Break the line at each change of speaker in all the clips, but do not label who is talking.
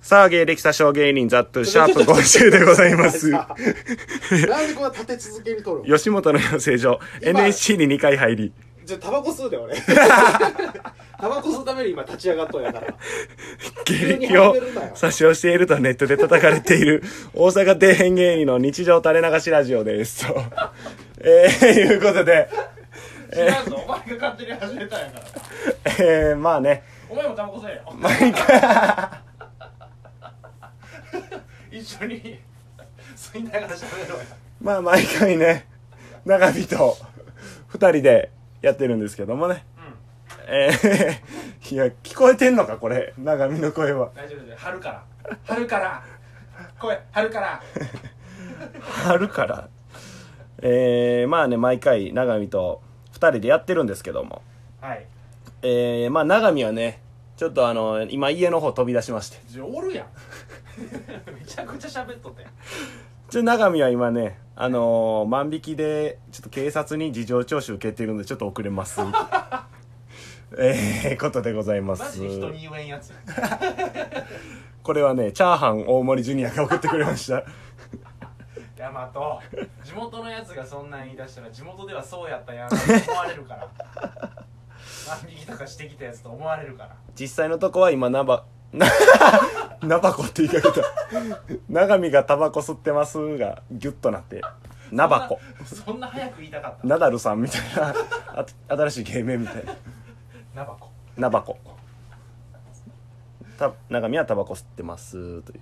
さあ、芸歴詐称芸人ザットゥシャープ今週でございま す。
なんでこんな立て続けに取るの
吉本の養成所、
今
NSC に2回入り。
じゃあタバコ吸うで 俺タバコ吸うために今立ち上がっとんやから
芸歴を詐称しているとネットで叩かれている大阪底辺芸人の日常垂れ流しラジオです。 とえー、いうことで、
違うぞ、お前が勝手に始めたんやから。
えー、まあね、
お前もタバコせえよ。一緒に吸いながら喋ろうや。
まあ毎回ね、長火と2人でやってるんですけどもね。えー、い や、聞こえてんのかこれ、長見の声は。
大丈夫です。春から。春から。声、春から。
春からえー、まあね毎回永見と2人でやってるんですけども
はい。
えー、まあ永見はねちょっとあの今家の方飛び出しまして
じゃあおるやん。めちゃくちゃ喋っとったやん。
ちょ永見は今ねあのー万引きでちょっと警察に事情聴取受けてるのでちょっと遅れます えー、ことでございま
マ
す
ジで人に言えんやつや。
これはねチャーハン大森ジュニアが送ってくれました
ヤマ ト、地元のやつがそんなん言い出したら地元ではそうやったや んって思われるから。万引きとかしてきたやつと思われるから。
実際のとこは今ナバ ナバコって言いかけた永見がタバコ吸ってますがギュッとなってナバコ
そんなそんな早く言いたかった。
ナダルさんみたいなあ新しい芸名みたいな
ナバコ。
ナバコた中身はタバコ吸ってますという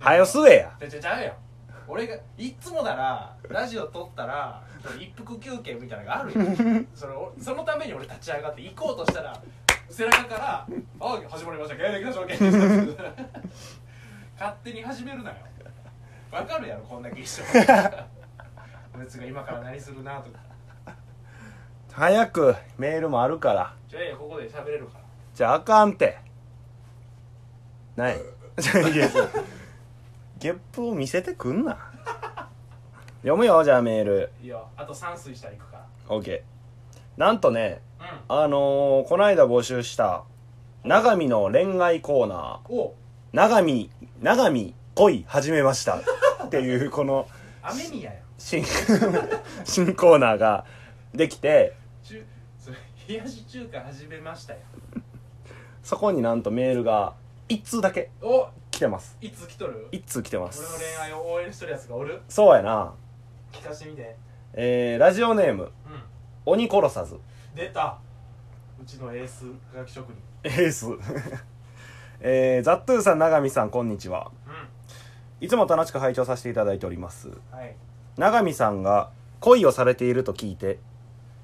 はよ吸えや
じゃじゃちゃうよ俺がいっつもならラジオ撮ったらその一服休憩みたいなのがあるよそれをそのために俺立ち上がって行こうとしたら背中から「あ始まりました芸歴の証券です」勝手に始めるなよわかるやろこんだけ一緒こいつが今から何するなとか
早くメールもあるから
じゃあいやここで喋れるから
じゃああかんてない いやそうゲップを見せてくんな読むよじゃあメール
いいよあと3水したら行くか
OK なんとね
らうん
あのーこの間募集した永見の恋愛コーナー
お
長見、長見、恋始めました。っていう、 この
雨宮やん
新、 新コーナーができて、
中それ冷やし中華始めましたよ
そこになんとメールが一通だけ
お
来てます。
いつ来とる
一通来てま
俺の
す。
恋愛を応援しとるやつがおる
そうやな。
聞かしてみて
えー、ラジオネーム、
うん
鬼殺さず。
出たうちのエース科学職人
エース。 えー、ザットゥーさん、長見さん、こんにちは。
う
いつも楽しく拝聴させていただいております。
んはい
長見さんが恋をされていると聞いて、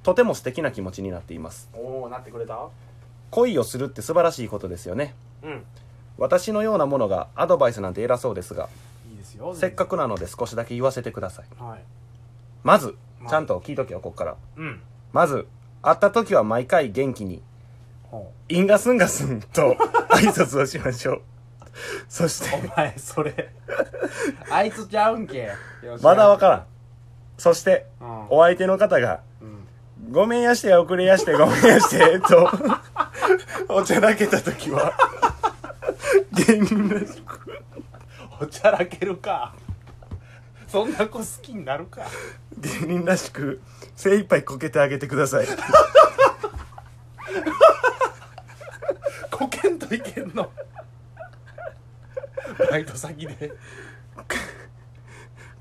とても素敵な気持ちになっています。
おおなってくれた
恋をするって素晴らしいことですよね。
うん
私のようなものがアドバイスなんて偉そうですが
いいですよ
せっかくなので少しだけ言わせてください
はい
まず
まあ
ちゃんと聞いとけよこっから
うん
まず会った時は毎回元気に
ほ
「インガスンガスン」 と挨拶をしましょうそして
お前そ れあいつちゃうんけ
まだわからんそして
うん
お相手の方が
うん
「ごめんやしてや遅れやしてごめんやして」とおちゃらけた時は芸人らしく
おちゃらけるかそんな子好きになるか
芸人らしく精一杯こけてあげてください
こけんといけ んのバイト先で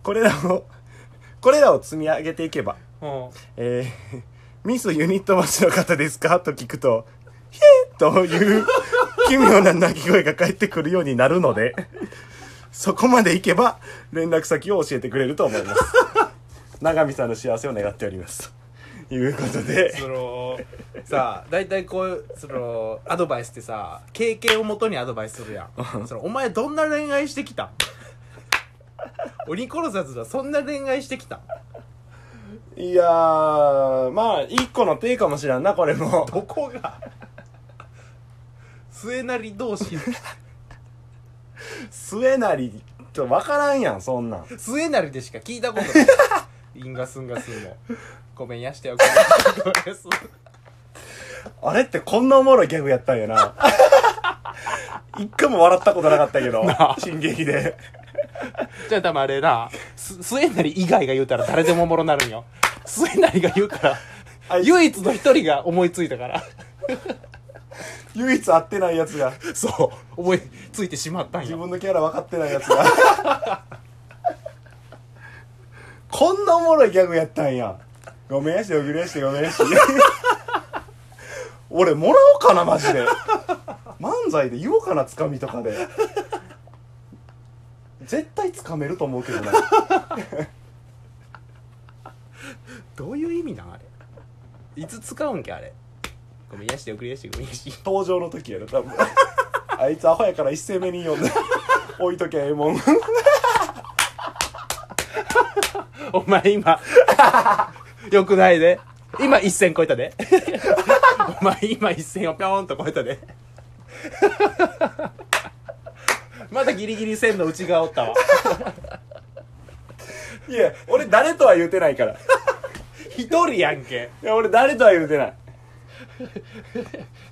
これらをこれらを積み上げていけば
うん
えー ミスユニットマチの方ですかと聞くと、ヒェーという奇妙な鳴き声が返ってくるようになるので、そこまで行けば連絡先を教えてくれると思います。永見さんの幸せを願っております。ということで、
そのさあ大体こういうそのアドバイスってさ経験をもとにアドバイスするやんそのお前どんな恋愛してきたん鬼殺さずだそんな恋愛してきたん
いやー、まあ、一個の手かもしらんな、これも。
どこが末成同士
末成と分からんやん、そんなん。
末成でしか聞いたことないインガスンガスンもごめんやしてよごめんやしてよごめんやす
あれってこんなおもろいギャグやったんやな。一回も笑ったことなかったけど新劇で
じゃあ多分あれなす末成以外が言うたら誰でもおもろなるんよ末成が言うか
あ
ら
いつ
唯一の一人が思いついたから
唯一合ってないやつが
そう思いついてしまったん
自
よ
分のキャラ分かってないやつが こんなおもろいギャグやったんやごめんやしおぎるやしてごめんやし 俺もらおうかなマジで漫才で言おうかなつかみとかで絶対つかめると思うけどな
どういう意味なんあれいつ使うんけあれごめんやして送りやしてごめんやし
登場の時やろ多分あいつアホやから一斉目に読んで置いとけええもん
お前 今よくないで今一線超えた でお前今一線をぴょーんと超えたで まだギリギリ線の内側おったわ
いや俺誰とは言うてないからい
一人やんけ
や俺誰とは言うてない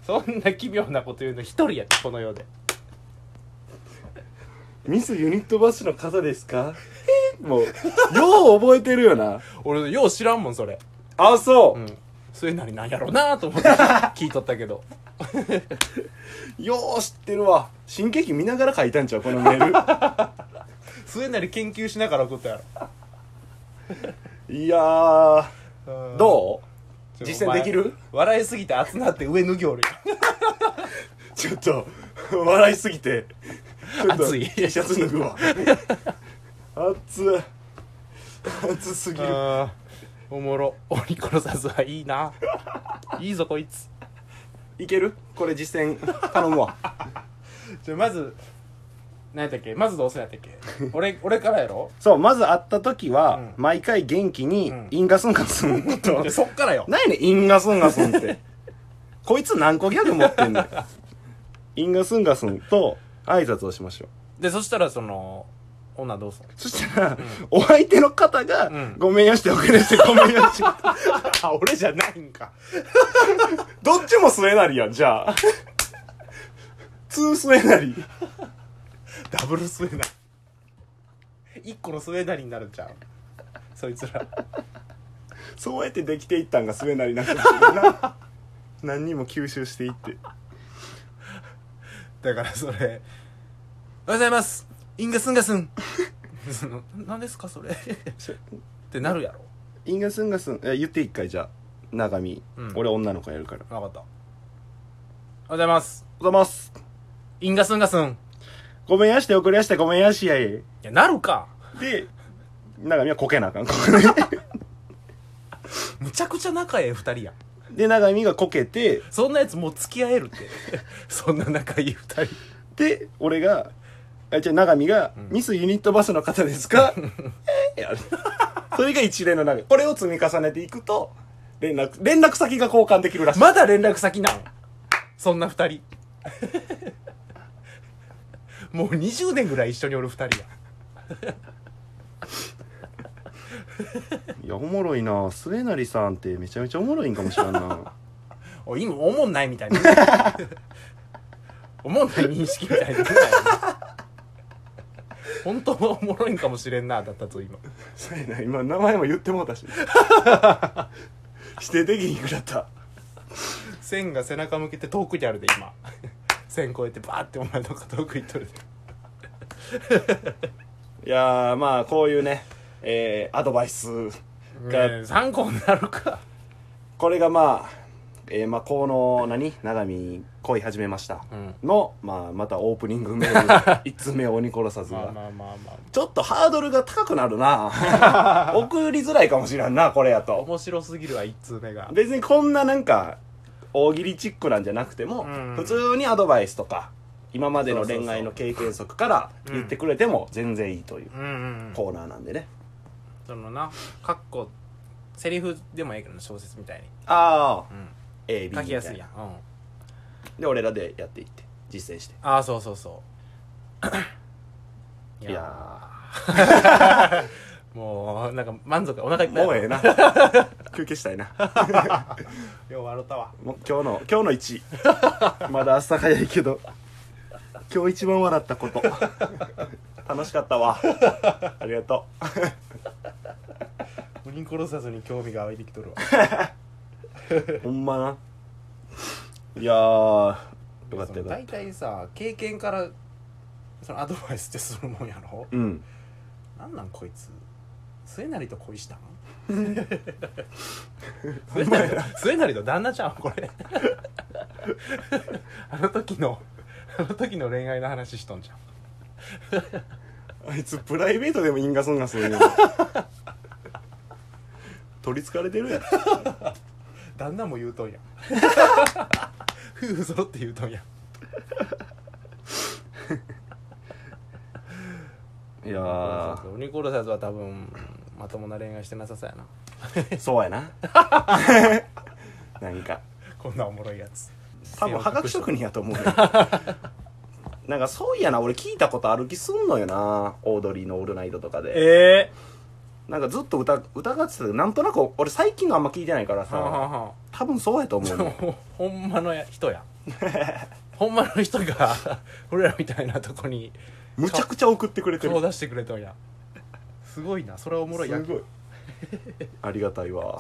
そんな奇妙なこと言うの一人やってこの世で
ミスユニットバスの方ですかえーもうよう覚えてるよな
俺よう知らんもんそれ
あそうう、
んそれなりなんやろうなと思って聞いとったけ ど
よう知ってるわ新劇見ながら書いたんちゃうこのメー
末なり研究しながら送ったや
ルいやー
ろ
どう
ちょ
実践できる
お前笑いすぎて熱なって上脱ぎおるよ
ちょっと笑いすぎてちょっと
熱い
T シャツ脱ぐ わ熱い熱すぎる
あーおもろ 鬼殺さずはいいないいぞこいつ
いけるこれ実践頼むわ
じゃあまず何やったっけまずどうせやったっけ俺 俺からやろ
そうまず会った時は、
う
毎回元気に
ん
インガスンガスンと
じゃあそっからよ
何やねんインガスンガスンって こいつ何個ギャグ持ってんだよインガスンガスンと挨拶をしましょう
でそしたらその女どうすんの
そしたら、お相手の方が、
うん
ごめんよして遅れてごめんよして
あ俺じゃないんか
どっちも末なりやんじゃあ通末なり
ダブルスウェーダー一個のスウェーダーになるんちゃうそいつら
そうやってできていったんが末なりなんかもしれんな何にも吸収していって
だからそれ「 おはようございますインガスンガスン」 その「何ですかそれ」 ってなるやろ
インガスンガスンえ言って一回じゃあ長見、
うん
俺女の子やるから
分かった「おはようございます
おはようございます
インガスンガスン」
ごめんやして遅れやしてごめんやしやい
いやなるか
で長見はこけなあかん ここで
むちゃくちゃ仲ええ二人やん
で長見がこけて
そんなやつもう付き合えるって そんな仲いい二人
で俺があじゃあ長見が、ミスユニットバスの方です か?」えーやる それが一連の流れこれを積み重ねていくと連絡連絡先が交換できるらしい、
まだ連絡先なんそんな二人 もう20年ぐらい一緒におる二人や
いやおもろいな末成さんってめちゃめちゃおもろいんかもしれん な
おい今おもんないみたいな おもんない認識みたいな本当はおもろいんかもしれんなだったぞ今
そうやな今名前も言ってもうた し否定できひんくらった
線が背中向けて遠くにあるで今 線越えてバーってお前の方遠く行っとるで
いやーまあこういうねえーアドバイスが、
ねえ参考になるか
これがまあ、えーまあこの何永見恋始めました、
うん
の、まあ、またオープニングメール 一通目を鬼殺さず
まあ
が
まあまあま
ちょっとハードルが高くなる な送りづらいかもしれんなこれや
あ
と
面白すぎるわ一通目が
別にこんななんか大喜利チックなんじゃなくても、
うん
普通にアドバイスとか今までの
そうそうそう
恋愛の経験則から
うん
言ってくれても全然いいという
うんうん
コーナーなんでね、
そのなかっこセリフでもええけどな小説みたいに、
ああ
う
AB み
ん、
たい
書
な
きやすいやん、うん、
で俺らでやっていって実践して
ああそうそうそう い
い
や
や
もうなんか満足お腹いっ
ー
ぱい
もうええな休憩したいな
よう笑ったわ
もう今日の今日の1位まだ朝早いけど今日一番笑ったこと楽しかったわありがとう
鬼殺さずに興味が湧いてきとるわ
ほんまないやーよかったよかっ
大体さ経験からそのアドバイスってするもんやろ
たうん
なんなんこいつ末成と恋 したん
ほんまや
末成と旦那ちゃんこれ あの時のあの時の恋愛の話しとんじゃん
あいつプライベートでも因果損がするよ取りつかれてるやん
旦那も言うとんや 夫婦揃って言うとんや
いやー
鬼殺さずは多分まともな恋愛してなさそうやな
そうやななんか
こんなおもろいやつ
多分はがき職人やと思うよ なんかそういやな俺聞いたことある気すんのよなオードリーの「オールナイト」とかで
え
なんかずっと歌疑ってたけどなんとなく俺最近のあんま聞いてないから
はあは
さ
あはあ
多分そうやと思うね
ほんまのや人やほんまの人が俺らみたいなとこに
むちゃくちゃ送ってくれて
顔
る
出してくれたんやすごいなそれはおもろいや
すごいありがたい わ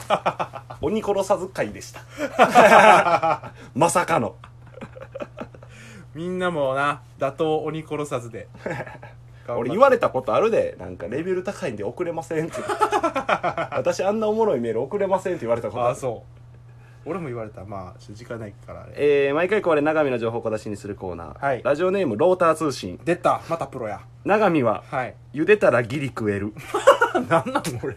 鬼殺さず会でした まさかの
みんなもな打倒鬼殺さず で
俺言
わ
われたことあるでなんかレベル高いんで送れませんって 私あんなおもろいメール送れませんって言われたこと
あ
あ
あ
る
そう俺も言われたまあちょっと時間ないからあれ
えー毎回これ長見の情報小出しにするコーナー、
はい
ラジオネームローター通信
出たまたプロや
長見は
はい
茹でたらギリ食える
なんなん俺